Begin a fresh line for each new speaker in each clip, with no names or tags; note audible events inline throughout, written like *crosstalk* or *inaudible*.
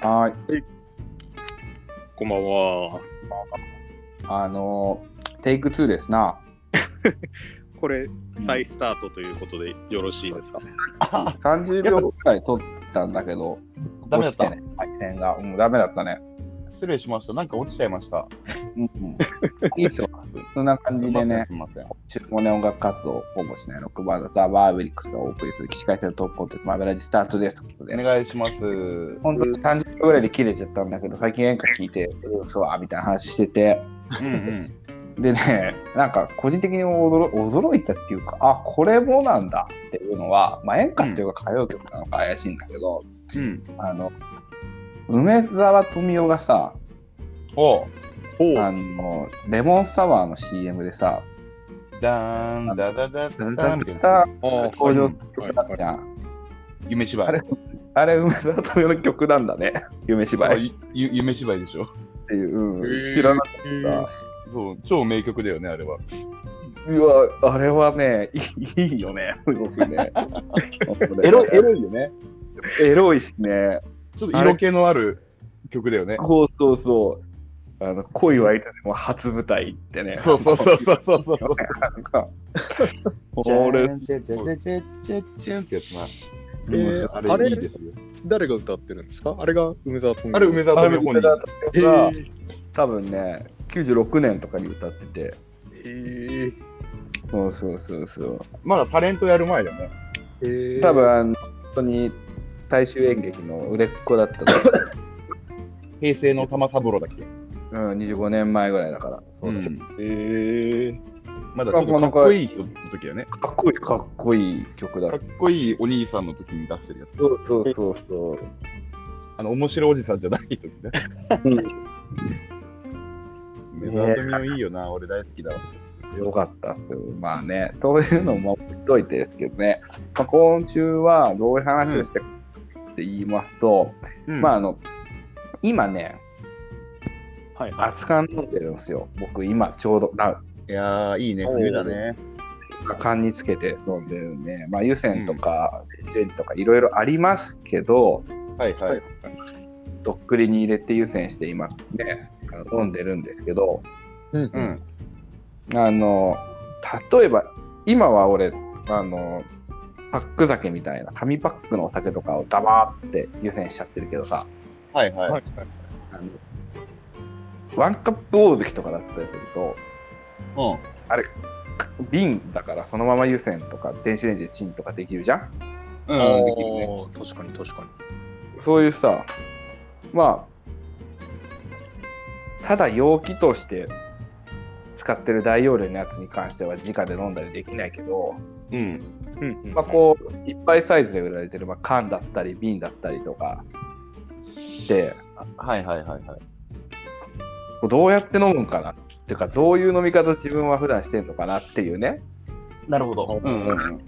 はい。
こんばんは。
あのーテイク2ですな。
これ、再スタートということでよろしいですか、
あ
30秒くらい撮ったんだけど、
ダメだった
落ちてね。配線が。うん、ダメだったね。
失礼しました。なんか落ちちゃいました。
うん
*laughs*
うん。いいっすよそんな感じでね
す、みません。す
中
みま
高年音楽活動を保護しないロックバンドザ・バーベリックスがお送りする起死回生のトークコンテンツマブラジスタートですということ
せん
で
お
ね。
願いします。
本当に30秒ぐらいで切れちゃったんだけど、最近演歌聞いて、うーそうわ、みたいな話してて、
うんうん。
でね、 *laughs* なんか個人的に驚驚いたっていうか、あ、これもなんだっていうのは、まあ演歌っていうか歌謡曲なのか怪しいんだけど、
うん。
あの梅沢富美男がさ
おう
おう
あのレモンサワーの CM でさ
だーん、だだだだだ
歌
ーんみたいな。
った登場する曲だったじゃん
夢芝居。
あれあれ梅沢富美男の曲なんだね *laughs* 夢芝
あ
居っ
ゆゆ夢芝居でしょ。
ていう、うん
へー
知らなかっ
そう、超名曲だよね、あれは。
たうわあれはねいいいいよねすごく
*laughs*
ね
エロエロいよね。
エロいしね
ちょっと色気のある曲だよね。
そうそうそうあの恋はいつでも初舞台ってね
そうそうそうそうそうそう。
なんか
じゃ
これ
ーんじゃじゃじゃじゃじゃじゃんってやつな。
えー
うんあ
あれ
れいいですよ。
誰が歌ってるんですかあれが梅沢富美
あれ梅沢
あ
富
れ
美男
梅
本
沢富美
人。
男が多分ね96年とかに歌ってて
え
そうそうそうそう
まだタレントやる前だよね。
えー
多分、あの本当に大衆演劇の売れっ子だったと思
平成の玉三郎だっけ。
う、うん、25年前ぐらいだからそううだ、
ん。
えー、
まだちょっとかっこいい人の時だね。
かっこいいかっこいい曲だ
かっこいいお兄さんの時に出してるやつ。
そうそうそうそう
あの、面白いおじさんじゃない時ね。梅沢富美男いいよな、俺大好きだわ。
よかったっすよまあねそういうのも置いといてですけどね、まあ、今週はどういう話をしてかって言いますと、まあ
あ、
あの今ね
はいはい。
熱燗飲んでるんですよ僕今ちょうどな。
いやー、いいね、冬だね。
缶につけて飲んでるんで、まあ、湯煎とかレンジとかいろいろありますけど、
はいはい。
どっくりに入れて湯煎して今ねあの飲んでるんですけど
うん
う。ん。
あの例えば今は俺あのパック酒みたいな紙パックのお酒とかをダバーって湯煎しちゃってるけどさ
はいは。
はいいはい。
あのワンカップ大関とかだったりすると
うん。
瓶だからそのまま湯煎とか電子レンジでチンとかできるじゃん
うん、できるね。
あー確かに確かに。
そういうさ、まあ、ただ容器として使ってる大容量のやつに関しては直で飲んだりできないけど、
うん。
うん、うん
まあ、こう、いっぱいサイズで売られてる、まあ、缶だったり瓶だったりとかで、
はいはいはいはい。
こうどうやって飲むんかなっていうか、どういう飲み方自分は普段してんのかなっていうね。
なるほどうんうんうん。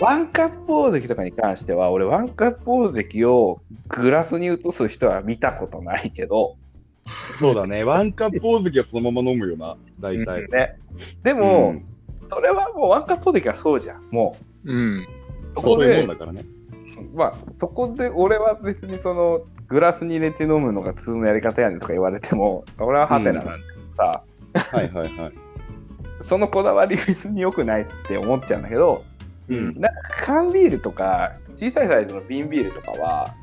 ワンカップ大関とかに関しては、俺、ワンカップ大関をグラスに移す人は見たことないけど、
そうだね。ワンカップ大関はそのまま飲むよな、大体。
ね。でも、
も
それはもうワンカップの時はそうじゃん。も
うん。
う、
そ
そうういうもんだからね。
う、まあ、そこで俺は別にそのグラスに入れて飲むのが普通のやり方やねんとか言われても、俺はハテナなんだけどさ、
はいはいはい。
そのこだわり別に良くないって思っちゃうんだけど、
うん。
なんか缶ビールとか小さいサイズの瓶ビールとかは、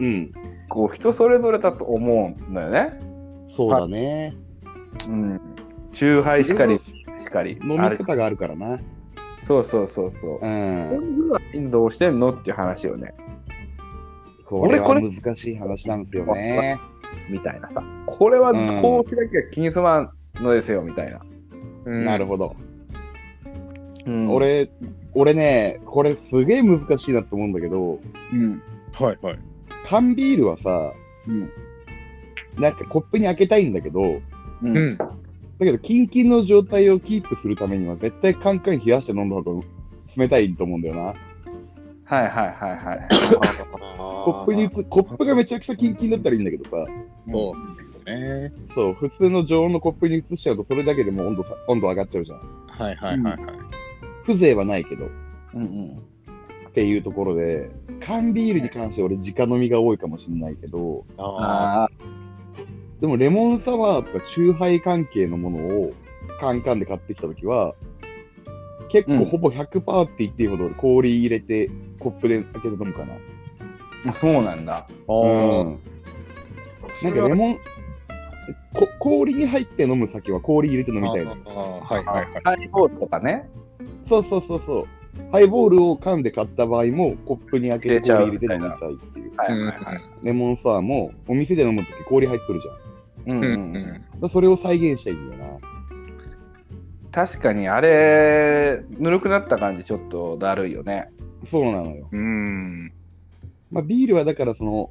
うん。
こう人それぞれだと思うのよね。
そうだね。
うん。チューハイしかり、しかり。
飲
あ
み
れ
方があるからな。
そうそうそうそう
う。
こう
ん。
いうのは頻度をしてんのっていう話よね。
これ
こ
は
れ
難しい話なんですよね。
みたいなさ。これは
うん
こうしなきゃ気にすまんのですよ、みたいな。
なるほど。
うん、
俺、俺ね、これすげえ難しいなと思うんだけど、
うん、
ほど。はいはい。
缶ビールはさ、
うん
なんかコップに開けたいんだけど、
う、
うんん。
だけど、キンキンの状態をキープするためには、絶対カンカン冷やして飲んだ方が冷たいと思うんだよな。
はいはいはいはい。
コ
コ
ップに移コップがめちゃくちゃキンキンだったらいいんだけどさ、
そうっすね。
そう、普通の常温のコップに移しちゃうと、それだけでもう温度さ温度上がっちゃうじゃん。
はいはいはいはい。
風情はないけど。
うんうん
っていうところで、缶ビールに関して俺、直飲みが多いかもしれないけど、
ああ。
あ
でもレモンサワーとかチューハイ関係のものをカンカンで買ってきたときは、結
うん
構ほぼ100%って言っていいほど俺氷入れてコップで開けて飲むかな。
あ、そうなんだ。
あ
うん
あ。
なんかレモン、こ氷に入って飲む酒は氷入れて飲みたいの。
ああ、はいはいはい。
ハイボールとかね。
そうそうそうそう。ハイボールを缶で買った場合もコップに開けて氷入れて飲みたいっていう。
はい
うん
はいはい。
レモンサワーもお店で飲むとき氷入っとるじゃん。だか
うん
う
うん
ん
う
うんん。
らそれを再現したいんだよ
確かにあれ、ぬるくなった感じ、ちょっとだるいよね。
な。そうなのよ。
うん。
まあ、ビールはだからその、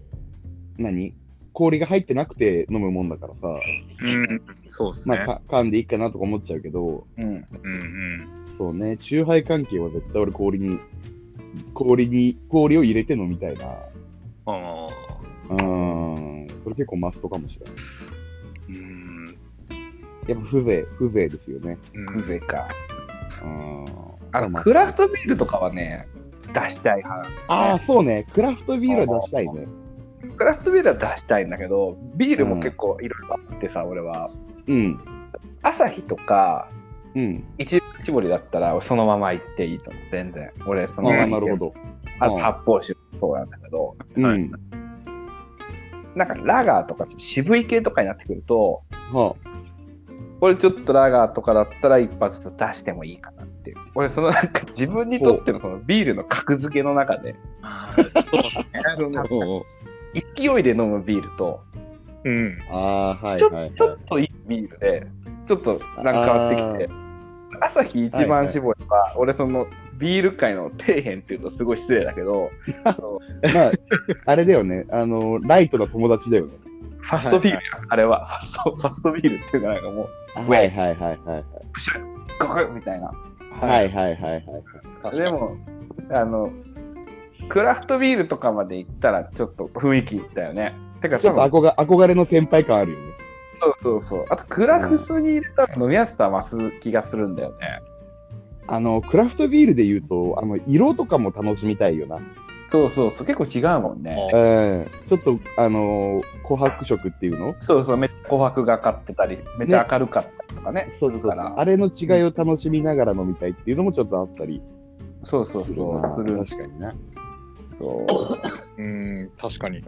何氷が入ってなくて飲むもんだからさ、
うん。そうです
ま
ね
あ。か缶でいいかなとか思っちゃうけど、
うん。
うん
そうね、チューハイ関係は絶対俺氷に、氷に、氷を入れて飲みたいな。
うん。ああ。
うーん、それ結構マストかもしれない。
うん。
やっぱ風情、風情ですよね。
風情か。
うーん。
あ
ま
の、クラフトビールとかはね、出したい派。
ああ、そうね、クラフトビールは出したいね。
クラフトビールは出したいんだけど、ビールも結構いろいろあってさ、俺は。
うん、
朝日とか、
うん。
一番搾りだったらそのまま行っていいと思う全然俺そ
あ
のまま行っ
あ、な
て
るほど。
あ
うん
発泡酒もそうなんだけど
うん。
は
はいい、
なんかラガーとかちょっと渋い系とかになってくると
は
俺ちょっとラガーとかだったら一発ちょっと出してもいいかなっていう俺そのなんか自分にとってのそのビールの格付けの中で
ああ。そうですね。そ
勢いで飲むビールと
う。うん。
あ、ああ、はい
ちょ
はい、
ちょ
は
っといいビールでちょっとなんか変わってきて朝日一番搾りは俺そのビール界の底辺っていうとすごい失礼だけどその
い。まあ、あれだよね、あの、ライトな友達だよね。
ファストビールや、あれは。ファスト、ファストビールっていうか、なんかもう、
はいはいはいはい。
プシュッ、ガクッみたいな。
はいはいはいはい。
でも、あの、クラフトビールとかまで行ったら、ちょっと雰囲気いったよね。てか、
ち
多
ょっと
分
憧れ憧れの先輩感あるよね。
そうそうそう。あと、クラフスに入れたら飲みやすさは増す気がするんだよね。
あの、クラフトビールで言うと、あの、色とかも楽しみたいよな。
そうそうそう、結構違うもんね。
うん。ちょっと、あのー琥珀色っていうの
そうそう、めっちゃ琥珀がかってたり、めっちゃ明るかったりとかね。
そうそうそう
だから
あれの違いを楽しみながら飲みたいっていうのもちょっとあったり
そうそう
する
そ
な
う、するんです
確かにな。
よ。
うん、確かに。。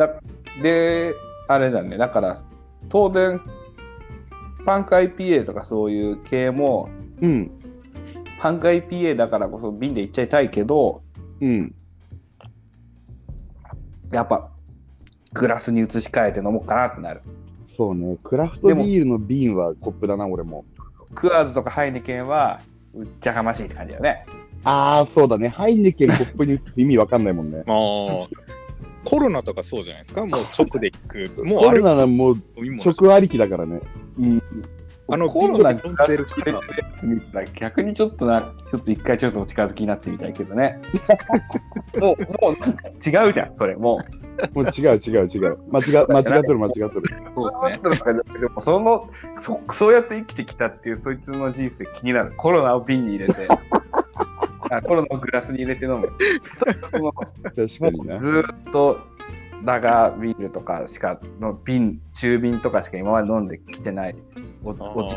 で、あれだね、だから、当然、パンク IPA とかそういう系も、
うん。
パンク IPA だからこそ瓶でいっちゃいたいけど、
うん。
やっぱ、グラスに移し替えて飲もうかなってなる。
そうね。クラフトビールの瓶はコップだな、俺も。
クアーズとかハイネケンは、うっちゃかましいって感じだよね。
ああ、そうだね。ハイネケンコップに移す意味わかんないもんね
まあ、コロナとかそうじゃないですか。もう直で行く。もう
コ
あ
ロ
る
ナなら *laughs* もう
飲み物。
直ありきだからね。
うん。
あの
コロナ
瓶
グ
で飲ん
ラ
で
ス
る
に入れてるやつ見たら逆にちょっとな、ちょっと一回ちょっとお近づきになってみたいけどね。 *laughs* もう、もうなんか違うじゃん、それ。もう。
もう違う違う違う。間違間違っとる間違っとる。
そうですね。
でもそのそそうやって生きてきたっていうそいつの人生気になるコロナを瓶に入れ *laughs* てあコロナをグラスに入れて飲むその
確かにな。
ずーっとラガービールとかしかの瓶中瓶とかしか今まで飲んできてないおおじ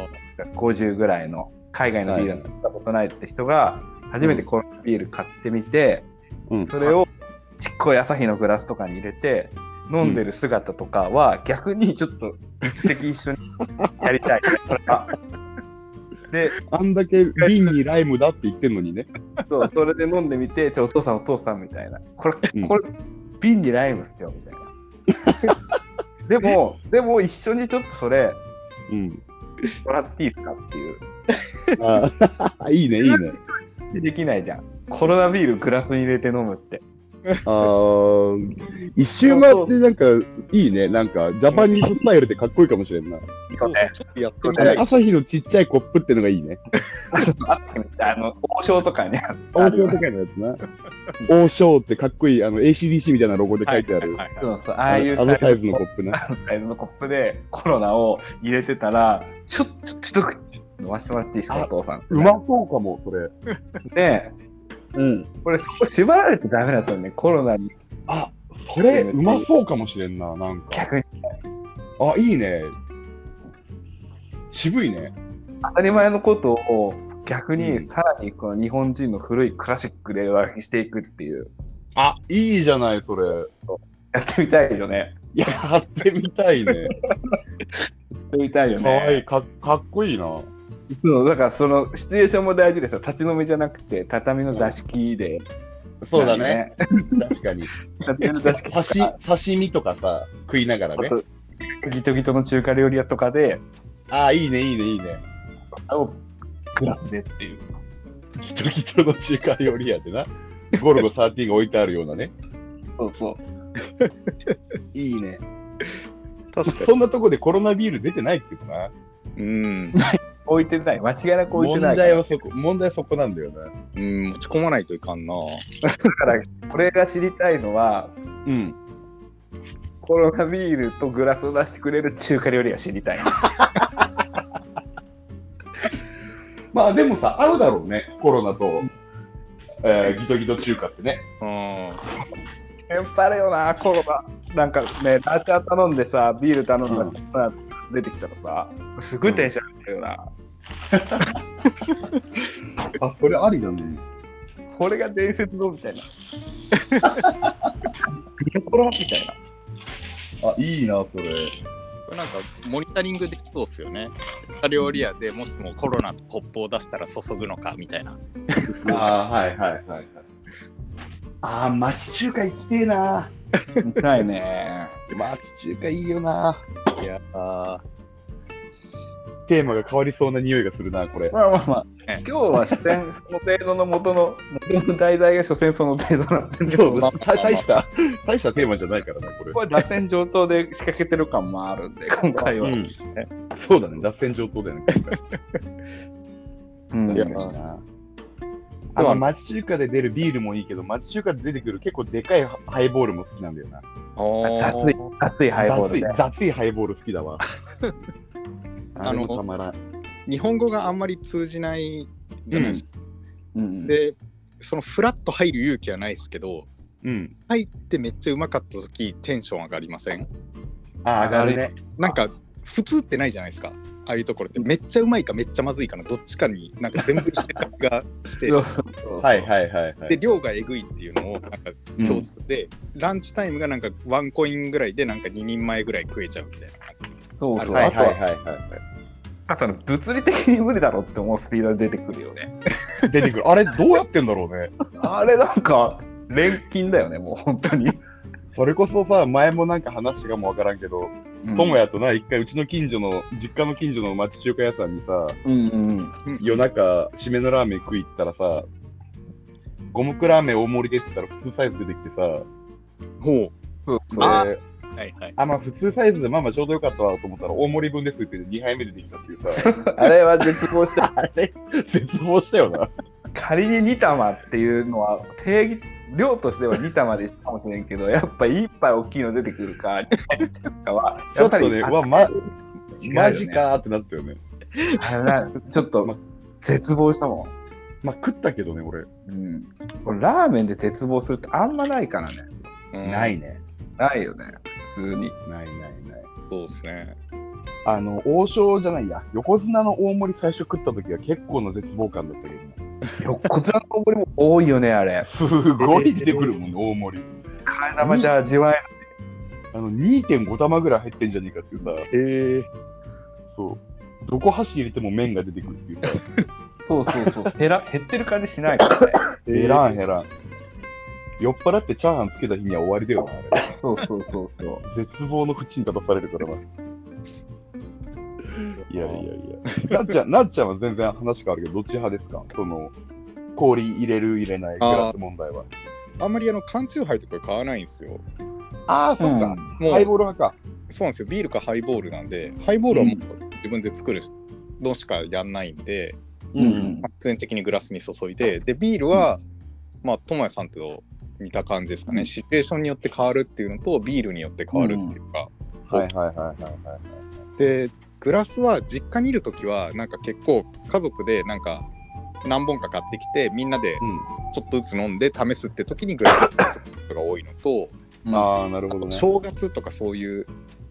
50ぐらいの海外のビール飲んだことないって人が初めてコロナビール買ってみて、
うん
それをちっこい朝日のグラスとかに入れて飲んでる姿とかは逆にちょっと一石一緒にやり
*laughs*
たい。これはで
あんだけ瓶にライムだって言ってんのにね。
そうそれで飲んでみてちょお父さんお父さんみたいなこ
う
れ
ん
これ、瓶にライムっすよみ
*laughs*
たいな。でもでも一緒にちょっとそれ
うん。
もらっていいですかっていう
ああ *laughs* いいね、いいね。
できないじゃんコロナビールグラスに入れて飲むって *laughs*
あー一周回ってなんか、いいね。なんか、ジャパニーズスタイルってかっこいいかもしれんな。
そうそうちょっとやってみ
あ
たい
の。朝日のちっちゃいコップってのがいいね。
あってみてあの王将とかにあ
王
る
将とかのやつな。王将ってかっこいい、あの、ACDC みたいなロゴで書いてある。
はいはいはい
そ
は
うそうああいう
あのあのサイズ
の
のコップな。
サイズのコップでコロナを入れてたら、ちょっと一口飲ませてもらっていいですか、
あ
お父さん。
うまそうかも、それ。
で、
うん。
これそこ縛られてダメだったのねコロナに
あ、それ、うまそうかもしれんな、なんか。
逆に
あ、いいね。渋いね。
当たり前のことを逆にさらにこの日本人の古いクラシックで上書きしていくっていう
あ、いいじゃない、それ。
やってみたいよね
やってみたい *laughs* ね。
やってみたいよ
かわい
ね
い、かかっこいいな。
そうだからそのシチュエーションも大事ですよ立ち飲みじゃなくて畳の座敷で、
そうだね、確かに。
畳の座敷
刺し刺身とかさ、食いながらね
あ。とギトギトの中華料理屋とかで
あ、いいね、いいね、いいね。
をグラスでっていう
ギトギトの中華料理屋でな。ゴルゴ13が置いてあるようなね。
そう *laughs* そう
いいね。
確か
そんなとこでコロナビール出てないってことな。
に。うん。
置いてない間違いなく置いて
問
ない
題はそこ、問題はそこなんだよな。
うん、持ち込まないといかんな。
これが知りたいのは
うん。
コロナビールとグラスを出してくれる中華料理が知りたい
まあでもさ、合うだろうね、コロナと、えーギトギト中華ってね。
うん。
テンパるよなコロナなんかねラーチャー頼んでさビール頼んだ
うん
ら、出てきたらさすごいテンション上がるよな、
あ、それありだね。
これが伝説のみたいな見どころみたいな
あ、いいな、それ。
これなんかモニタリングできそうっすよね。中華料理屋でもしもコロナとコップを出したら注ぐのかみたいな。
あーはいはいはいはい。あー、町中華行きてえな。
見たいね
町中華いいよな。
いやー、
テーマが変わりそうな匂いがするな、これ。
まあまあまあ
ね
今日は所詮その程度の元の元の題材が所詮その程度なんで
そう
まあ
た大した、大したテーマじゃないからな、これ。
これ打線上等で仕掛けてる感もあるんで今回は、
うん、そうだね、脱線上等だよね、今回。
うん
いや
確かになあの町中華で出るビールもいいけど、町中華で出てくる結構でかいハハイボールも好きなんだよな。
お
雑い雑いハイボール
雑い
で、
雑いハイボール好きだわ。 *laughs* あ
あ
れ
の
もたまらん。
日本語があんまり通じないじゃないですか。
うん、
で、そのフラッと入る勇気はないですけど、
うん。
入ってめっちゃうまかった時テンション上がりません
あ、上がるね。
なんか普通ってないじゃないですか。ああいうところってめっちゃうまいかめっちゃまずいかのどっちかになんか全部してがし
*laughs*
て
そうそうそう
はいはいはいは
で
い。
量がえぐいっていうのをなんか
うん
共通で、ランチタイムがなんかワンコインぐらいでなんか2人前ぐらい食えちゃうみたいな
そうそう、
はいは
あ
い
と
はい
は
は
あとね物理的に無理だろって思うスピードで出てくるよね
い。出てくる。あれ、どうやってんだろうね。
あれなんか錬金だよねもう本当に
それこそさ、前もなんか話がもわからんけど、
うん
友也とな、一回うちの近所の、実家の近所の町中華屋さんにさ、
うんうん
夜中、締めのラーメン食い行ったらさ、五目ラーメン大盛りでって言ったら普通サイズ出てきてさ、
ほ
そう
で
そう
あ
あ
うはいはい
まあ普通サイズでまあまあちょうどよかったわと思ったら大盛り分ですって言って2杯目出てきたっていうさ、
あれは絶望した
あれ、絶望したよな。
仮に2玉っていうのは定義量としては2玉でしたかもしれんけ
*laughs*
どやっぱ1杯大きいの出てくるかかは
ちょっとね、
や
う
ぱり
わ、ま、
違うよね
マジかーってなったよね。
あれなちょっと
ま
絶望したも
まあ食ったけどね、俺。
ん、うん、俺ラーメンで絶望するってあんまないからね
うん
ないね。
ないよね普通に
ないないない。
そうですね
あの王将じゃないや横綱の大盛り最初食った時は結構な絶望感だったけどね
横綱のぼりも多いよねあれ
すごい出てくるもんね大盛り
替え玉じゃ味わえ
あの2.5玉ぐらい入ってんじゃねえかっていうさ
ええ
そうどこ箸入れても麺が出てくるっていうさ
そうそうそう
*laughs*
減ら減ってる感じしないからね
減らん減らん酔っ払ってチャーハンつけた日には終わりだよなあれ
そうそうそうそう
絶望の淵に立たされるからないやいやいやなっちゃんなっちゃんは全然話変わるけどどっち派ですかその氷入れる入れないグラス問題は
あんまりあの缶チューハイとか買わないんですよ
ああーそっか、
も
ハイ
う
ボール派か
そうなんですよビールかハイボールなんでハイボールはもう自分で作るのしかやんないん
うんう
で、
ん
発電的にグラスに注いででビールは、まあ友也さんと似た感じですかね、
うん
シチュエーションによって変わるっていうのとビールによって変わるっていうか、
はいはいはいはいはいはい
でグラスは実家にいる時はなんか結構家族でなんか何本か買ってきてみんなで
うん。
ちょっとずつ飲んで試すって時にグラスをすることが多いのと
ああ、なるほどね。
正月とかそういう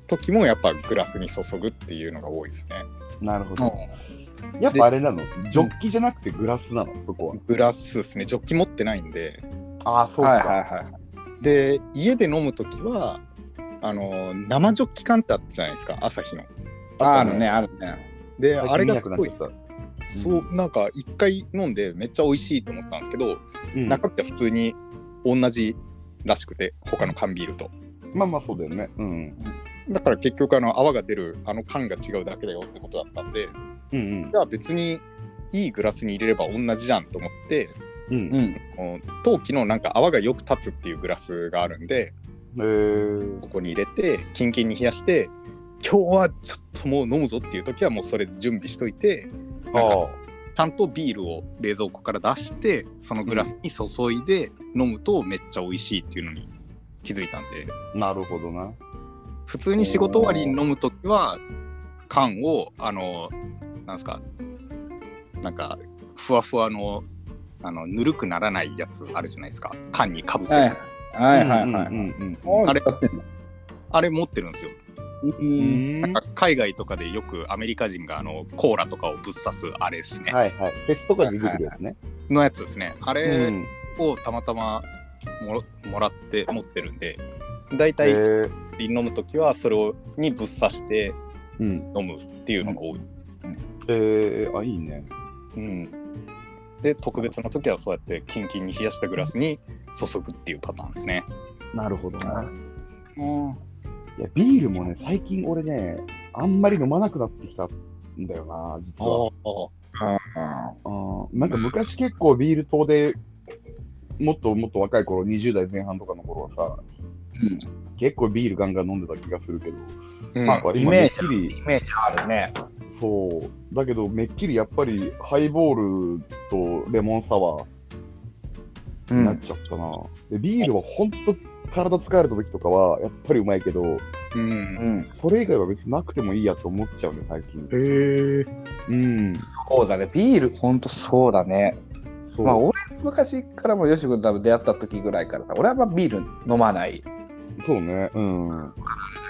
時もやっぱグラスに注ぐっていうのが多いですね
なるほ
うん
ど。やっぱあれなのジョッキじゃなくてグラスなのそこは。
グラスですねジョッキ持ってないんで
ああ、そう
はいはい
か。
はい。
で家で飲む時はあの生ジョッキ缶ってあったじゃないですか朝日の
あるね、あるね。
で
最
あ
近
れ
見
が
な
す
くなっ
ご
ち
い
ゃった。
そうなんか一回飲んでめっちゃ美味しいと思ったんですけど、
うん
中身は普通に同じらしくて他の缶ビールと
まあまあそうだよね。うん。
だから結局あの泡が出るあの缶が違うだけだよってことだったんで
うん
じゃあ別にいいグラスに入れれば同じじゃんと思って
うん。う。
うんん。
こう陶器のなんか泡がよく立つっていうグラスがあるんで
えー
ここに入れてキンキンに冷やして今日はちょっともう飲むぞっていう時はもうそれ準備しといてなんか
あ
ちゃんとビールを冷蔵庫から出してそのグラスに注いで飲むとめっちゃ美味しいっていうのに気づいたんで
あ、なるほどな。
普通に仕事終わりに飲む時は缶をあのなんですかなんかふわふわのあのぬるくならないやつあるじゃないですか缶にかぶせる、
はいはいはいは
う
い。
んうんうん
もう
あれ
使ってんだ
あれ持ってるんですよ
う。
うんん。
なんか海外とかでよくアメリカ人があのコーラとかをぶっ刺すあれですね、
はいはい。フェスとかに出てくるやつね。
のやつですねあれ、
うん。
をたまたまもろもらって持ってるんで大
え
体一
ー
杯飲む時はそれをにぶっ刺して
うん。
飲むっていうのが多い、
えー、あ、いいね。
うん、で特別な時はそうやってキンキンに冷やしたグラスに注ぐっていうパターンですね
なるほどな。
うん
いや、ビールもね、最近俺ね、あんまり飲まなくなってきたんだよな、実は。あーなんか昔結構ビール糖でもっともっと若い頃、20代前半とかの頃はさ、
うん
結構ビールガンガン飲んでた気がするけど、
うん
なんか
イ
今め
メ
っき
ージ、
り、
イメージあるね。
そう、だけどめっきりやっぱりハイボールとレモンサワー
う
になっ。ちゃったな。でビールはほんと体疲れた時とかはやっぱりうまいけど、
うん
うん。
それ以外は別になくてもいいやと思っちゃうね、最近。
へえ
うん、
そうだね。ビール、ほんとそうだね。
そう。
まあ、俺、昔からもよし君と多分出会った時ぐらいからさ、俺はまあビール飲まない
そうね、うん。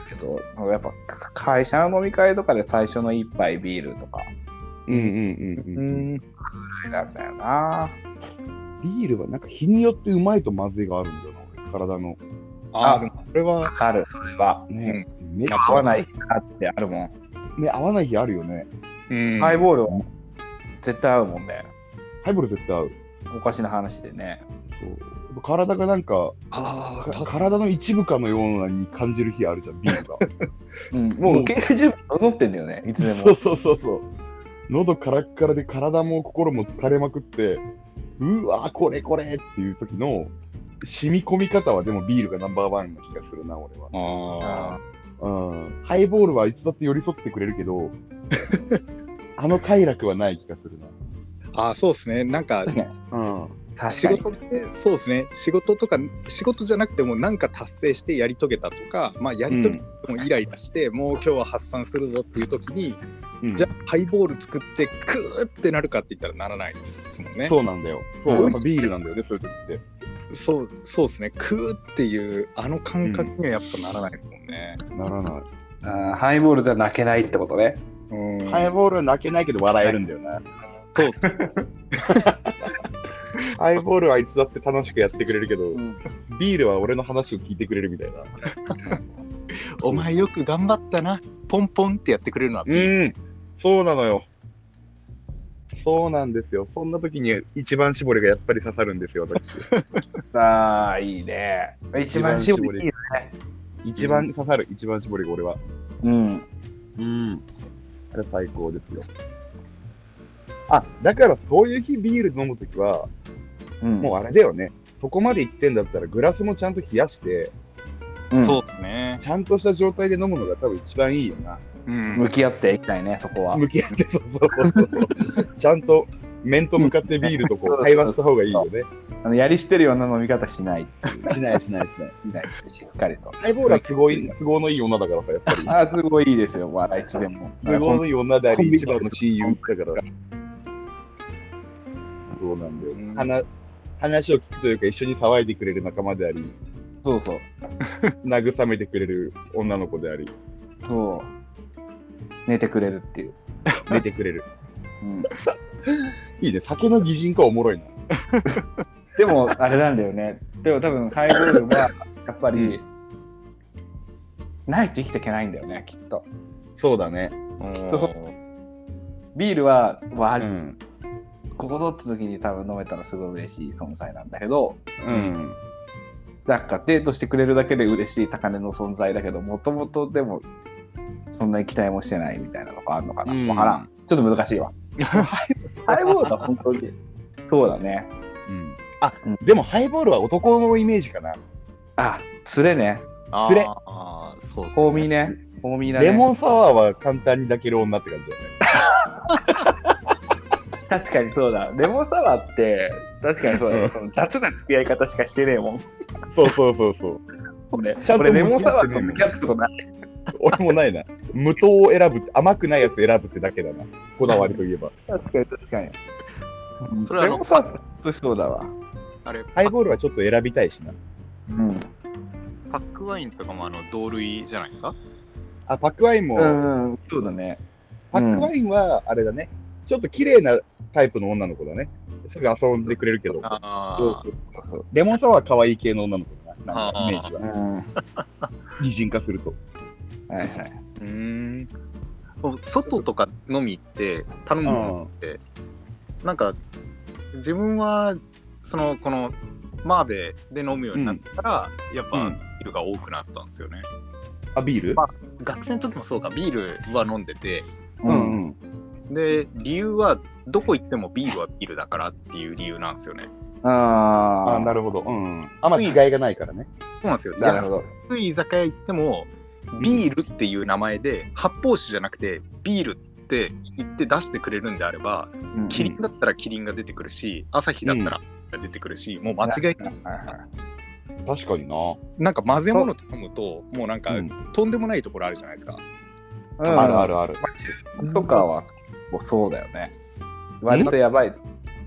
けど、やっぱ会社の飲み会とかで最初の一杯ビールとか
うんうんうん
う
うん、
ん
なんだよな。
ビールはなんか日によってうまいとまずいがあるんだよな、俺体の。
あーでもこれ
わ
は
かる、それは。
ね、めっち
合
ゃ
合わないなってあるもん。
ね、合わない日あるよね。
うん
ハイボールは絶対合うもんね。
ハイボール絶対合う。
おかしな話でね。
そう。やっぱ体がなんか
あ
か
ーた
体の一部かのように感じる日あるじゃん、ビールが。
うん、もう受け入れ準備整ってんだよね、いつ *laughs* で
そう
も。
そうそうそう。喉カラッカラで体も心も疲れまくって、うわー、これこれっていう時の染み込み方はでもビールがナンバーワンな気がするな、俺は。
あ
うんハイボールはいつだって寄り添ってくれる
*laughs*
けど、あの快楽はない気がする
ーあーそうですねなんか
な。うん。
確
仕
かに。
事ってそうですね仕事とか仕事じゃなくても何か達成してやり遂げたとかまあやり遂げてもイライラして、もう今日は発散するぞっていう時に、
うん
じゃあハイボール作ってクーってなるかって言ったらならないですもんね
そうなんだよ。そう、
うん
やっぱビールなんだよね、そういう時って。
そうそうですねクーっていうあの感覚にはやっぱならないですもんね、
ならない。
あーハイボールでは泣けないってことね。
うん
ハイボールは泣けないけど笑えるんだよな。
そうですね
ハイボールはいつだって楽しくやってくれるけど、
うん
ビールは俺の話を聞いてくれるみたいな。
お前よく頑張ったなポンポンってやってくれるのはビール
うん、そうなのよ。そうなんですよ。そんな時に一番搾りがやっぱり刺さるんですよ、 *laughs* 私。
ああ、いいね。一番絞りいいね。
一番刺さる、一番搾りが俺は。
うん。
うん。あれ最高ですよ。あ、だからそういう日ビール飲むときは、
うん、
もうあれだよね。そこまで行ってんだったら、グラスもちゃんと冷やして、
うん
そうですね
ちゃんとした状態で飲むのが多分一番いいよな。
う
*laughs*
ん
向き合っていきたいね、そこは。
向き合って、そうそうそうそう。ちゃんと面と向かってビールとこう会話した方がいいよね。
あのやりしてるような飲み方しない。
しないしないしない。
しないしっかりと。
ハイボールは都合いい都合のいい女だからさ、やっぱり。 *laughs*
ああ、すごいいいですよ、笑いつでも。
都合のいい女であ
コン
り、
ビニ
一番の親友だから。そうなんだ
う
よ、
ん
話話を聞くというか一緒に騒いでくれる仲間であり
そうそう。
慰めてくれる女の子であ
*laughs*
り
そう。寝てくれるっていう。
寝てくれる
うん、
いいね酒の擬人化おもろいな
でも、あれなんだよね。でも多分、ハイボールは、やっぱり、ないと生きていけないんだよね、きっと。
そうだね
き
っとそビールは、わあ
うん
ここぞって時に多分飲めたらすごい嬉しい存在なんだけど、
うん
なんかデートしてくれるだけで嬉しい高値の存在だけど、もともとでも、そんなに期待もしてないみたいなとこあるのかな。
うん
わからん。ちょっと難しいわ。ハイボールは本当に。そうだね。
うんあ、
うん
でもハイボールは男のイメージかな、
あ、つれね。
あ
連れ
あー、そうっす
ホーミーね。ホーミーだね。
レモンサワーは簡単に抱ける女って感じだよね
確かにそうだ。レモンサワーって、確かにそうだ
う
ね。
ん
その雑な付き合い方しかしてねえもん。
そうそうそうそう *laughs*
俺、
ちゃんと
俺レモンサワーと向き合ったことない。
俺もないな無糖を選ぶって甘くないやつ選ぶってだけだなこだわりといえば
確かに確かに。
それはあ
レ
の
モンサワーって本当にそうだわ。
あれ
ハイボールはちょっと選びたいしな
うん。
パックワインとかもあの同類じゃないですか
あパックワインも、
うんうん、そうだね。
パックワインはあれだねちょっと綺麗なタイプの女の子だねすぐ遊んでくれるけど
あー
そう。
レモンサワーは可愛い系の女の子だななん
あ
か
ー
イメージ
うん。
は
は
擬人化すると
いはい。
うーん外とか飲み行って頼むのってなんか自分はそのこのマーベで飲むようになったら、やっ
う
ぱ
ん
ビールが多くなったんですよね、
あビール
まあ学生の時もそうかビールは飲んでて
う
うん
ん。
うん
で理由はどこ行ってもビールはビールだからっていう理由なんですよね
あ
あ
あ、
なるほどうんうんあんま
つい
違いがないからね
そうなんですよ
なるほど。
安い居酒屋行ってもビールっていう名前で発泡酒じゃなくてビールって言って出してくれるんであれば
うん
キリンだったらキリンが出てくるし朝日だったら出てくるし、もう間違いない
確かにな
なんか混ぜ物頼むともうなんか、
うん
とんでもないところあるじゃないですか
うん
あるあるある
とかはもうそうだよね。割とやばい、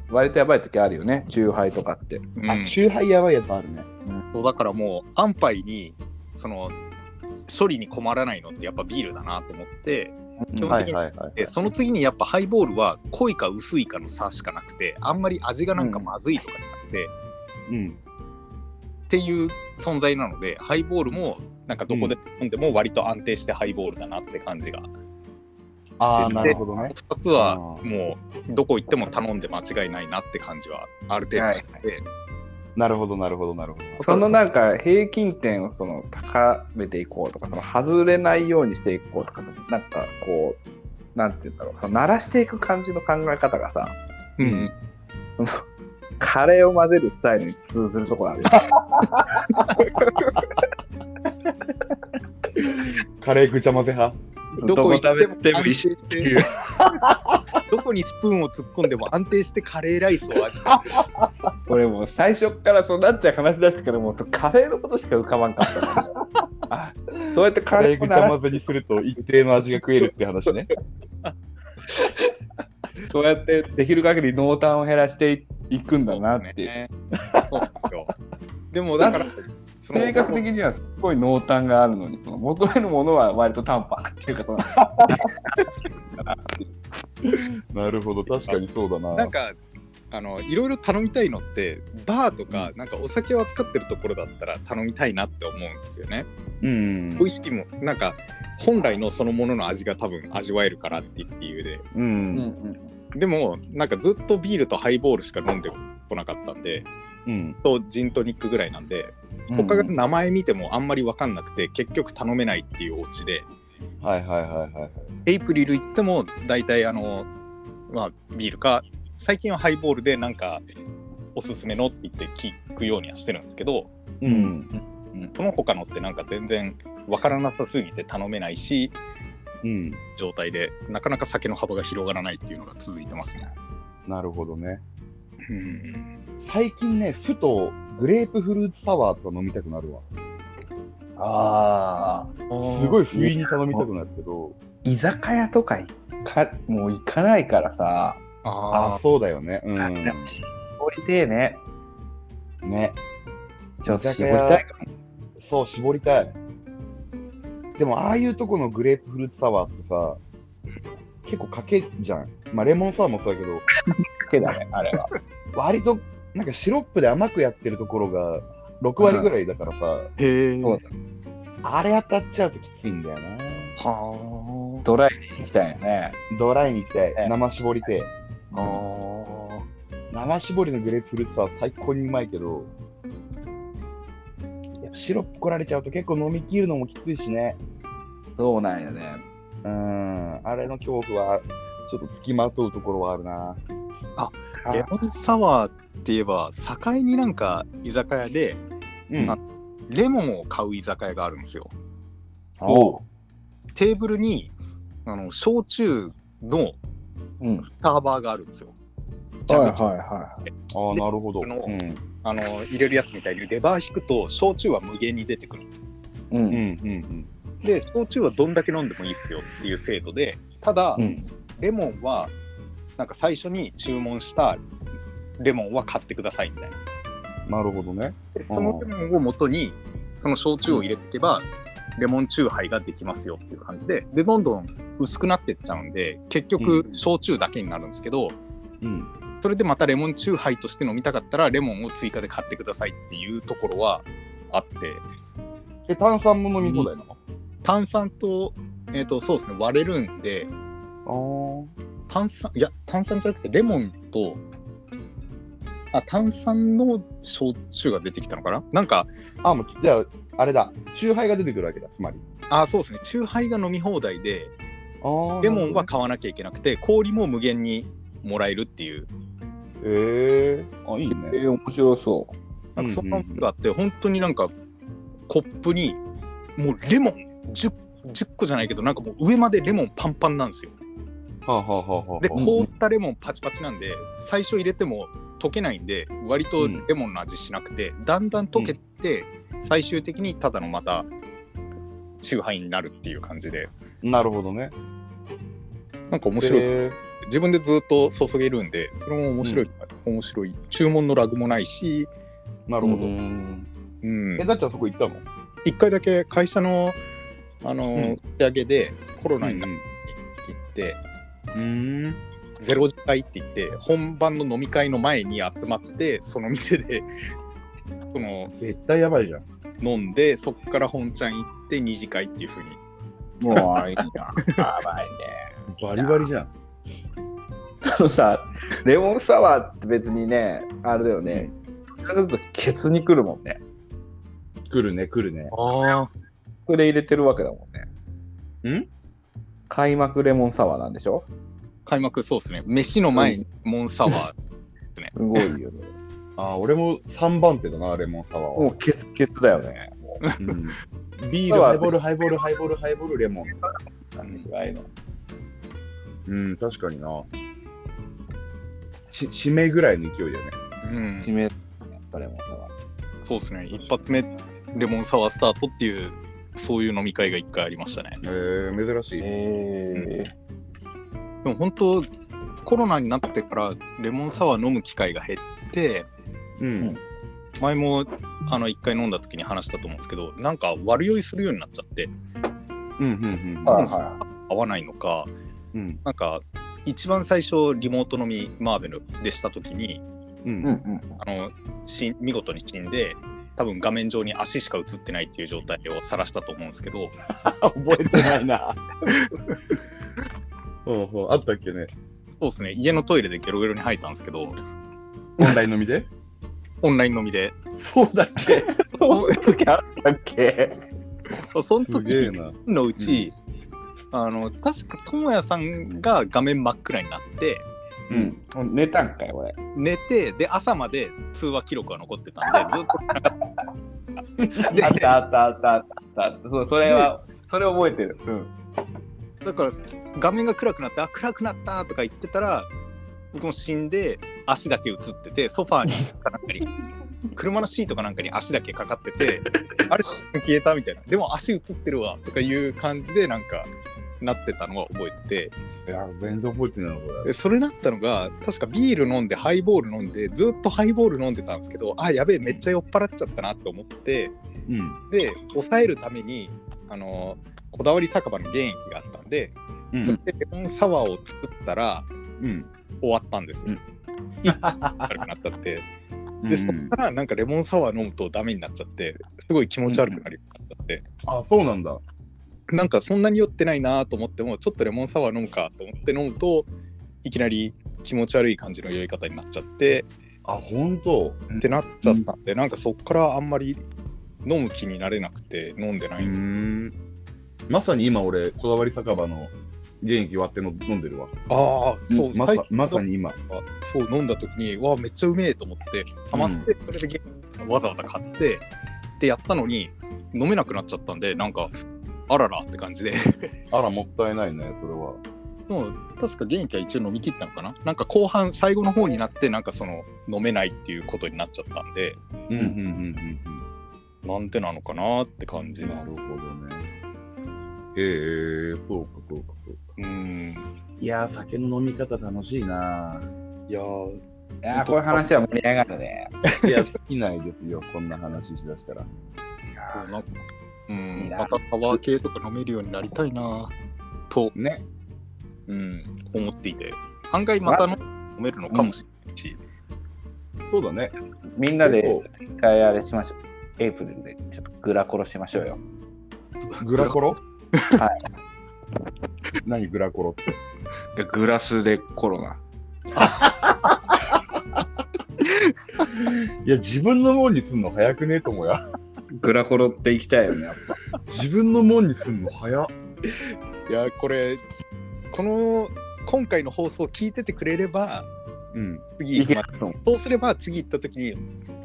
割とやばい時あるよね、チューハイとかって。
うん
あチューハイやばいやつあるね
そうだからもう安牌にその処理に困らないのってやっぱビールだなと思って基本
は
的
い
に
はいはい
でその次にやっぱハイボールは濃いか薄いかの差しかなくてあんまり味がなんかまずいとかじゃなくて、
うん
っていう存在なのでハイボールもなんかどこで飲んでも割と安定してハイボールだなって感じが、
ああなるほどね
2つは
あー
もうどこ行っても頼んで間違いないなって感じはある程度して、
なるほどなるほどなるほど
そのなんか平均点をその高めていこうとか、その外れないようにしていこうとか、なんかこう、なんて言うんだろう、その慣らしていく感じの考え方がさ、
うんん、
そのカレーを混ぜるスタイルに通ずるところあるよ。
カレーぐちゃ混ぜ派
どこ行って
*laughs* ど
も
こ食べても一緒っていう。
どこにスプーンを突っ込んでも安定してカレーライスを味わえる
*laughs* 俺もう最初っからそうなっちゃう話し出してからもうカレーのことしか浮かばんかった *laughs* もんあそうやってカ
カ
レ
レ
ー
ー
を
ぐち
な
ゃ
ら
混ぜにすると一定の味が食えるって話ね
そうやってできる限り濃淡を減らしていくんだなっていう、
そうなんですよでもだからその
性格的にはすごい濃淡があるのにその求めるものは割と淡白っていうかその
なるほど確かにそうだな
なんかあのいろいろ頼みたいのってバーとかなんかお酒を扱ってるところだったら頼みたいなって思うんですよね。
うん
美味しいもなんか本来のそのものの味が多分味わえるからっていう理由で
う
うん
ん
でもなんかずっとビールとハイボールしか飲んでこなかったんで
うん
とジントニックぐらいなんで
うん
他が名前見てもあんまり分かんなくて結局頼めないっていうオチで
はいはいはいはいはい
エイプリル行っても大体あのまあビールか最近はハイボールでなんかおすすめのって言って聞くようにはしてるんですけど
うん
その他のってなんか全然わからなさすぎて頼めないし
うん
状態でなかなか酒の幅が広がらないっていうのが続いてますね。
なるほどね
うん
最近ねふとグレープフルーツサワーとか飲みたくなるわ
ああ
すごい不意に頼みたくなるけど
居酒屋とかいかもう行かないからさ
あ
あ
あ
そうだよね。うん。
でも絞りてえね。
ね。
ちょっと絞りたいかも。
そう、絞りたい。でも、ああいうとこのグレープフルーツサワーってさ、結構かけじゃん。まあ、レモンサワーもそうだけど、
手だね、あれは。
割となんかシロップで甘くやってるところが6割ぐらいだからさ、
ーへえ。
そ
は
う
あれ当たっちゃうときついんだよな。
あ。
ドライに行きたいよね。
ドライに行きた
ね
い。生絞りてえ。
あー
生絞りのグレープフルーツは最高にうまいけど、やっぱシロップ来られちゃうと結構飲み切るのもきついしね。
そうなんよね。
うん、あれの恐怖は、ちょっと付きまとうところはあるな。
か
レモンサワーって言えば、境になんか居酒屋で
うん。
あレモンを買う居酒屋があるんですよ。
おう。
テーブルにあの焼酎の
うん。
サーバーがあるんですよ。
はいはい
蛇口
は
ああ、なるほど。う
あの
ん。
あの入れるやつみたいにレバー引くと焼酎は無限に出てくる。
い。う。
うん、うんん、
で焼酎はどんだけ飲んでもいいっすよっていう制度でただ、
うん。
レモンはなんか最初に注文したレモンは買ってくださいみたいな。
うん。なるほどね。
でそのレモンを元にその焼酎を入れていけば、レモンチューハイができますよっていう感じででどんどん薄くなってっちゃうんで結局
うん
焼酎だけになるんですけど、
うん。
それでまたレモンチューハイとして飲みたかったらレモンを追加で買ってくださいっていうところはあって
え、炭酸も飲み放題なの、
炭酸と,、えー、とそうですね割れるんで炭酸いや炭酸じゃなくてレモンとあ炭酸の焼酎が出てきたのかななんか
ああ。あ、もう、じゃあ、あれだ。酎ハイが出てくるわけだ、つまり。
あそうですねチューハイが飲み放題で
ああ。
レモンは買わなきゃいけなくて氷も無限にもらえるっていう
ええあ、いい
え
ね。
ー、面白そう。
なんかそんな
う
も
んうんうん
のがあって本当になんかコップにもうレモン 10, 10個じゃないけどなんかもう上までレモンパンパンなんですよ
はあ、はあはあはあ、
で
うん
凍ったレモンパチパチなんで最初入れても溶けないんで割とレモンの味しなくてだんだん溶けて最終的にただのまたチューハイになるっていう感じで
なるほどね。
なんか面白い
え
自分でずっと注げるんでそれも面白い、面白い注文のラグもないし、
ーなるほど。
うん
うん
え、、だっちゃんそこ行ったの
一回だけ会社のあの、
うん
打ち上げでコロナになっ
ん。
て行って、
うん。
ゼロ次会って言って本番の飲み会の前に集まってその店で *laughs* その
絶対やばいじゃん。
飲んでそっから本ちゃん行って二次会っていうふうに
もういいな。やばいね。
バリバリじゃん。
そのさ、レモンサワーって別にね、あれだよね。ちょっとケツにくるもんね。
来るね、来るね。
あ
これで入れてるわけだもんね。
ん
開幕レモンサワーなんでしょ
開幕そうですね飯の前にモンサワ
*laughs*
ー
すごい *laughs* よね。
あー俺も3番手だな、レモンサワー
も
は。
うケツケツだよね。
ビー
サ
ル、
ワー
ハイボール、ハイボール、ハイボール、ハイボール、レモン。
いわゆる
うん、確かにな。し締めぐらいの勢いだよね。
うん
決めやっぱレモンサワー。
そうですね一発目レモンサワースタートっていうそういう飲み会が一回ありましたね
えー、珍しい。
え
でも本当コロナになってからレモンサワー飲む機会が減って
うん。
前もあの1回飲んだ時に話したと思うんですけどなんか悪酔いするようになっちゃって
うん、うん、
ー。
あ
は
はいい
は
合わないのか
うん。うん、
なんか一番最初リモート飲みマーベルでした時に
う
い。
ん *laughs*
うんう。ん。
あのし見事に死んで多分画面上に足しか映ってないっていう状態を晒したと思うんですけど
覚えてないな。 *laughs* ほうほう、あったっけね。
そうですね家のトイレでゲロゲロに吐いたんですけど
オンライン飲みで
オンライン飲みで
そうだっけ
そういう時あったっけ
その
す
時
げえな。
のうち、あの確か智也さんが画面真っ暗になって
うん。寝たんかい、俺。
寝てで朝まで通話記録が残ってたんでずっと繋が
あっ
っ
た
で
あったあったあったあった。そう、それは、それ覚えてる。うん。
だから画面が暗くなってあ暗くなったとか言ってたら僕も死んで足だけ映っててソファーになんかに車のシートかなんかに足だけかかっててあれ消えたみたいなでも足映ってるわとかいう感じでなんかなってたのは覚えてて
いや、全然覚えてないな、こ
でそれなったのが確かビール飲んでハイボール飲んでずっとハイボール飲んでたんですけどあやべえめっちゃ酔っ払っちゃったなと思って
れ。うん。
で抑えるためにあのこだわり酒場の原液があったんで、
う
それ
ん。
でレモンサワーを作ったら
うん。
終わったんですよ。悪くなっちゃ *laughs* ってでそっからなんかレモンサワー飲むとダメになっちゃってすごい気持ち悪くなるようになっちゃって、
あ、そうなんだ。
なんかそんなに酔ってないなと思ってもちょっとレモンサワー飲むかと思って飲むといきなり気持ち悪い感じの酔い方になっちゃって
あ、本当。
ってなっちゃったんで、なんかそっからあんまり飲む気になれなくて飲んでないんです、
ん。まさに今俺、こだわり酒場の原液割っての飲んでるわ。
ああそう、
ま
最
さ
近
まさに今。
そう飲んだ時にわあめっちゃうめえと思ってハマってそれでゲわざわざ買ってってやったのに飲めなくなっちゃったんでなんかあららって感じ *laughs* で
あら、もったいないね、それは。
もう確か元気は一応飲み切ったのかななんか後半最後の方になってなんかその飲めないっていうことになっちゃったんで
うん、うん、うん、うん。
なんでなのかなって感じで
な
す
るほどね。へえ、そうかそうかそうか。
うん
いやー、酒の飲み方楽しいない
やー
いやーこういう話は盛り上がるね。
いや、尽きないですよ、こんな話しだしたら。
そうなんかうん
いいな
またパワー系とか飲めるようになりたいなと、
ね。
うん、思っていて案外またの飲めるのかもしれないし、
そうだね。
みんなで
結
一回あれしましょう。エイプリルでちょっとグラコロしましょうよ。
グラコロ
は
何グラコロって。
グラスでコロナ。
いや、自分のもんにすんの早くねえと思うや。
グラコロって行きたいよね、やっぱ。
自分のもんにすんの早っ。
いやこれこの今回の放送を聞いててくれれば
うん。
次
行け
ま
る
あ
と思う。
そうすれば次行った時に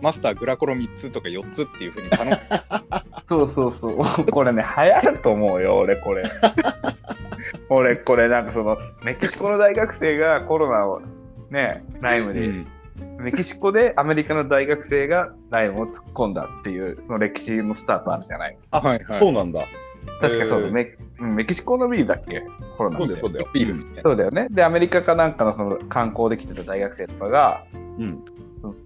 マスターグラコロ3つとか4つっていうふうに *laughs* 頼む
そうそうそう。 *laughs* これね、流行ると思うよ、俺これ。 *laughs* 俺これなんかその、メキシコの大学生がコロナをね、ライムで、メキシコでアメリカの大学生がライムを突っ込んだっていう、その歴史のスタートあるじゃない。
あ、
はい *laughs* はい
そうなんだ。
確かそうだ、
えー
メうんメキシコのビールだっけコロナ
そう
って
だよ、そうだよ。
ビールですね、
そうだよね。で、アメリカかなんかのその観光で来てた大学生とかが、
うん。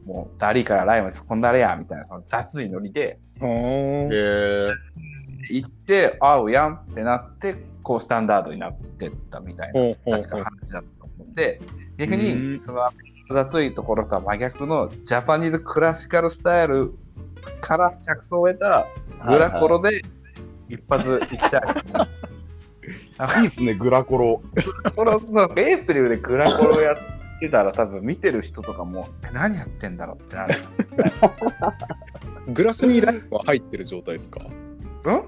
もう、ダリーからライム突っ込んだれや、みたいな、その雑いノリで、
ほ
へ
ー
え。
行って、合うやんってなって、こう、スタンダードになってったみたいな、
ほうほう
確か
ほう
話だったと思うんで、逆
うん
に、そのアメリカの雑いところとは真逆の、ジャパニーズクラシカルスタイルから着想を得た、グラコロで、一発行き
*laughs*
たい。
いいっすね、グラコロ。
このそのエイプリルでグラコロやってたら多分見てる人とかもえ何やってんだろうってなる。
グラスにライムは入ってる状態ですか
うん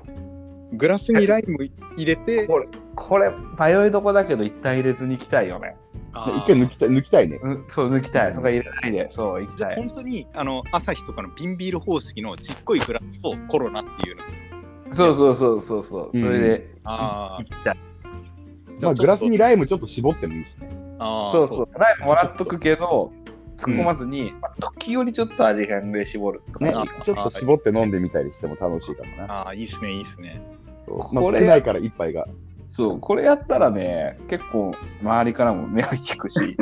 グラスにライム入れて
これこれ迷いどこだけど一旦入れずに行きたいよね。
一回抜きたい、抜きたいね。
うん、そう抜きたいとか入れないでそう行き
じゃ
た
あ
い。
本当にあの朝日とかの瓶ビール方式のちっこいグラスとコロナっていうの
そうそうそうそうそうそれで
あ
行きたい。
ーじゃ
まあ、
あちょっと
グラスにライムちょっと絞ってもいいしね。
あー
そうそうトライもらっとくけど突っ込まずに、まあ時折ちょっと味変で絞るとか。
ね
あ、
ちょっと絞って飲んでみたりしても楽しいかもな。
ああいいっすねいいっすね
そうまあ、
これ
少ないから一杯が。
そうこれやったらね結構周りからも目を引く *laughs* し。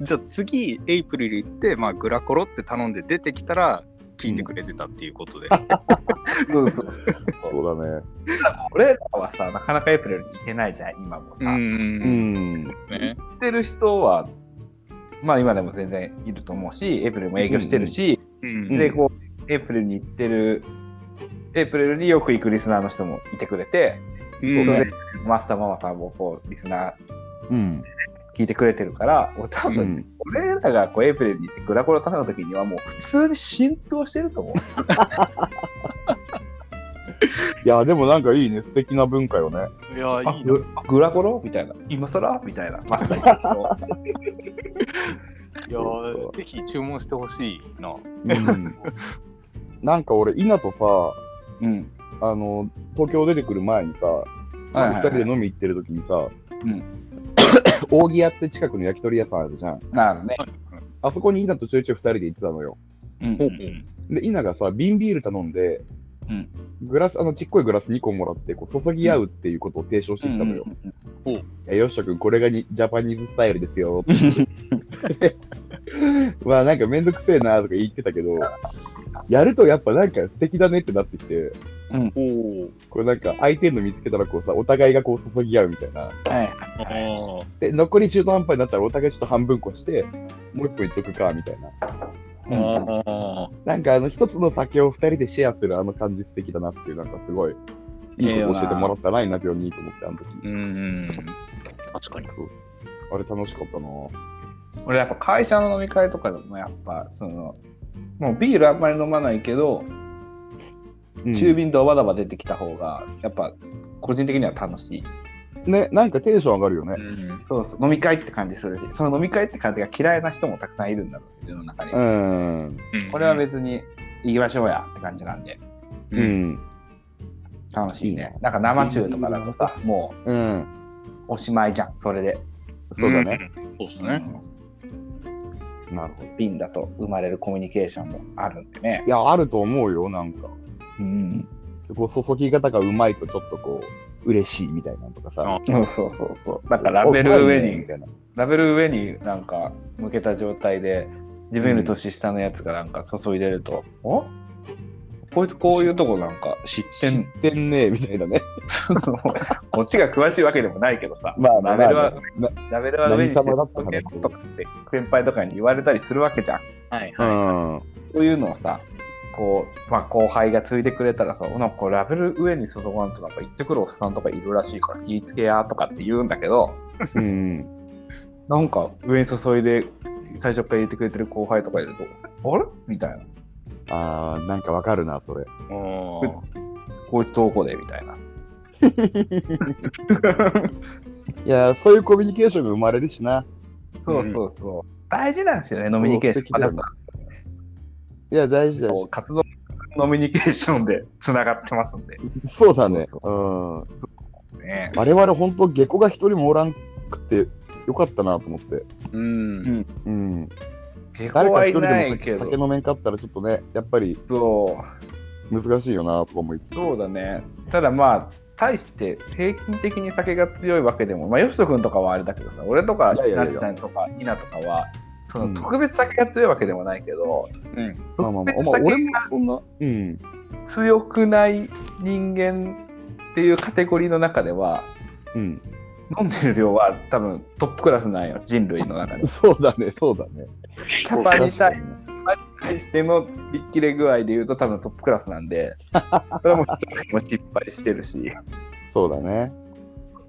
じゃあ次エイプリル行って、まあ、グラコロって頼んで出てきたら聞いてくれてたっていうことで、
そうそうそう
そうだね。
俺らはさなかなかエイプリルに行けないじゃん今もさ。
うんん。
ね
やってる人は、まあ今でも全然いると思うし、エイプリルも営業してるし、
うん
うん
で、こう、エイプリルに行ってる、エイプリルによく行くリスナーの人もいてくれて、
うん
それでマスターママさんもこう、リスナー
うん。
聞いてくれてるから、もう多
う
分、
ん
俺らがこうエイプリルに行ってグラコロ頼んだ時にはもう普通に浸透してると思う。
いや、でもなんかいいね、素敵な文化よね。
いや
あ
いいな
ググラコロみたいな。今更みたいな。マスター行った人
いやーぜひ注文してほしいな
なんか俺、稲とさ、
うん。
あの、東京出てくる前にさ、
はいはいは
二
い
人で飲み行ってる時にさ、
う
*coughs* 扇屋って近くの焼き鳥屋さんあるじゃん。
なるね。
あそこに稲とちょいちょい二人で行ってたのよ。
うん
ほうほう
で、稲がさ、瓶ビール頼んで、
うん
グラス、あの、ちっこいグラス2個もらって、こう、注ぎ合うっていうことを提唱してきたのよ。
うんうん
いやよっしゃくん、これがにジャパニーズスタイルですよ。 *laughs* まあ、なんかめんどくせえなとか言ってたけど、やるとやっぱなんか素敵だねってなってきて、
おお。
これなんか相手の見つけたらこうさ、お互いがこう注ぎ合うみたいな。
はい
ああ。
で、残り中途半端になったらお互いちょっと半分こして、もう一本いっとくか、みたいな。
うん
ああ。
なんかあの一つの酒を二人でシェアするあの感じ素敵だなっていう、なんかすごい、いいこと教えてもらったな、いな、病にと思って、あの時。
うん。確かに。
そうあれ楽しかったな。
俺やっぱ会社の飲み会とかでもやっぱそのもうビールあんまり飲まないけど、中瓶ドバドバ出てきた方がやっぱ個人的には楽しい
ね、なんかテンション上がるよね。
ん。
そうそう飲み会って感じするしその飲み会って感じが嫌いな人もたくさんいるんだろうけど世の中に、
うん。
これは別に言いましょうやって感じなんで
う。ん。
楽しいね
いいね
なんか生中とかだとさ、も
うん。
うおしまいじゃんそれで、
そうだね。。
そうです
う
ね。
ん
なるほど。
瓶だと生まれるコミュニケーションもあるんでね
いや、あると思うよ、なんか。
うん
こう注ぎ方がうまいとちょっとこう、嬉しいみたいなのとかさ。
そうそうそうそうだからラベル上に
みたいな。
ラベル上になんか向けた状態で自分より年下のやつがなんか注いでると、おこいつこういうとこなんか知ってん
知ってんねえみたいなね。
こっちが詳しいわけでもないけどさ、
まあまあ
ラベルは、
ま
ラベルは上にして
何様だった
と
話
けとかって先輩とかに言われたりするわけじゃん。
はいは
あ
そういうのをさ、こう、まあ、後輩が継いでくれたらさ、なんかこうラベル上に注がんとなんか言ってくるおっさんとかいるらしいから気ぃつけやとかって言うんだけど、
うん。うん。
なんか上に注いで最初から入れてくれてる後輩とかいると、あれみたいな。
あー、なんかわかるな、それ。
い。おお。
こいつどこでみた
*laughs*
いな。
いやー、そういうコミュニケーションが生まれるしな。
そうそうそう。大事なんですよね、ノミニケーション。
そう素敵だよねいや、大事だ
こう
し。
活動ノミニケーションでつながってますんで、
そうだね。
そううそ
ん。
ね、
我々、本当下戸が一人もおらんくて、よかったなと思って。
うん。
うん。
結
誰
構
か
は
一
い
人
な
で
い
も
け
酒
ど
酒飲めんかったら、ちょっとね、やっぱり
そ
難しいよなとか思いうつつ。
そうだねただまあ大して平均的に酒が強いわけでもまあよしと君とかはあれだけどさ俺とか
いやいや
ない
や
っちゃんとかひなとかはそ
うん
の特別酒が強いわけでもないけど、
うん。
まあまあまあ、
特別
まあ、
酒
俺もそんな、うん。
強くない人間っていうカテゴリーの中では
うん。
飲んでる量は多分トップクラスなんよ人類の中で
そうだね、そうだね。
キャパに
確か
対
に
しての力切れ具合でいうと多分トップクラスなんでそれはもう一人も失敗してるし
そうだね。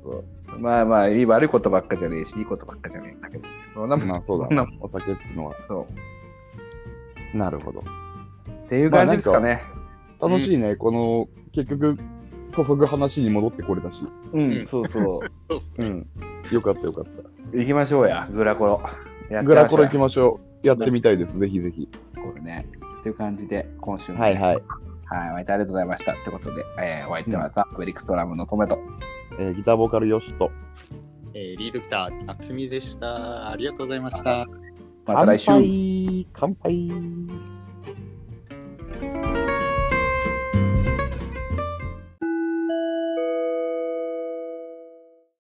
そうまあまあいい悪いことばっかじゃねえしいいことばっかじゃねえんだけどそんなもん
まあそう
そん
だ
な
ね。お酒っていうのは。
そう
なるほど。
っていう感じですかね、
楽しいね、この、結局、注ぐ話に戻ってこれたし。
うんそうそ
そうっす
う
ね。
ん。よかったよかった。
う行きましょうやグラコロやって
グ
みましょうや
ラコロ行きましょう。やってみたいです、ぜひぜひ。
これねという感じで今週も
はいはい。
はいお相手ありがとうございましたということで、えー、お相手はザ・ウェリックストラムのトメと
えーギターボーカルよしと。
えー、リードギター、夏美でした。ありがとうございました。
また来週
乾杯乾杯